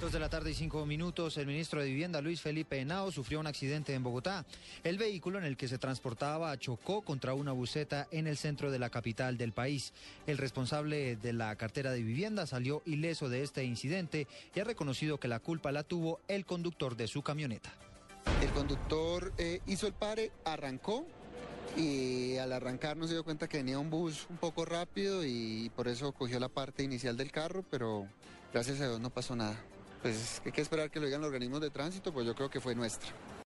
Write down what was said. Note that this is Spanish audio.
Dos de la tarde y cinco minutos, el ministro de Vivienda Luis Felipe Henao sufrió un accidente en Bogotá. El vehículo en el que se transportaba chocó contra una buceta en el centro de la capital del país. El responsable de la cartera de vivienda salió ileso de este incidente y ha reconocido que la culpa la tuvo el conductor de su camioneta. El conductor eh, hizo el pare, arrancó y al arrancar no se dio cuenta que venía un bus un poco rápido y por eso cogió la parte inicial del carro, pero gracias a Dios no pasó nada. Pues hay que esperar que lo digan los organismos de tránsito, pues yo creo que fue nuestra.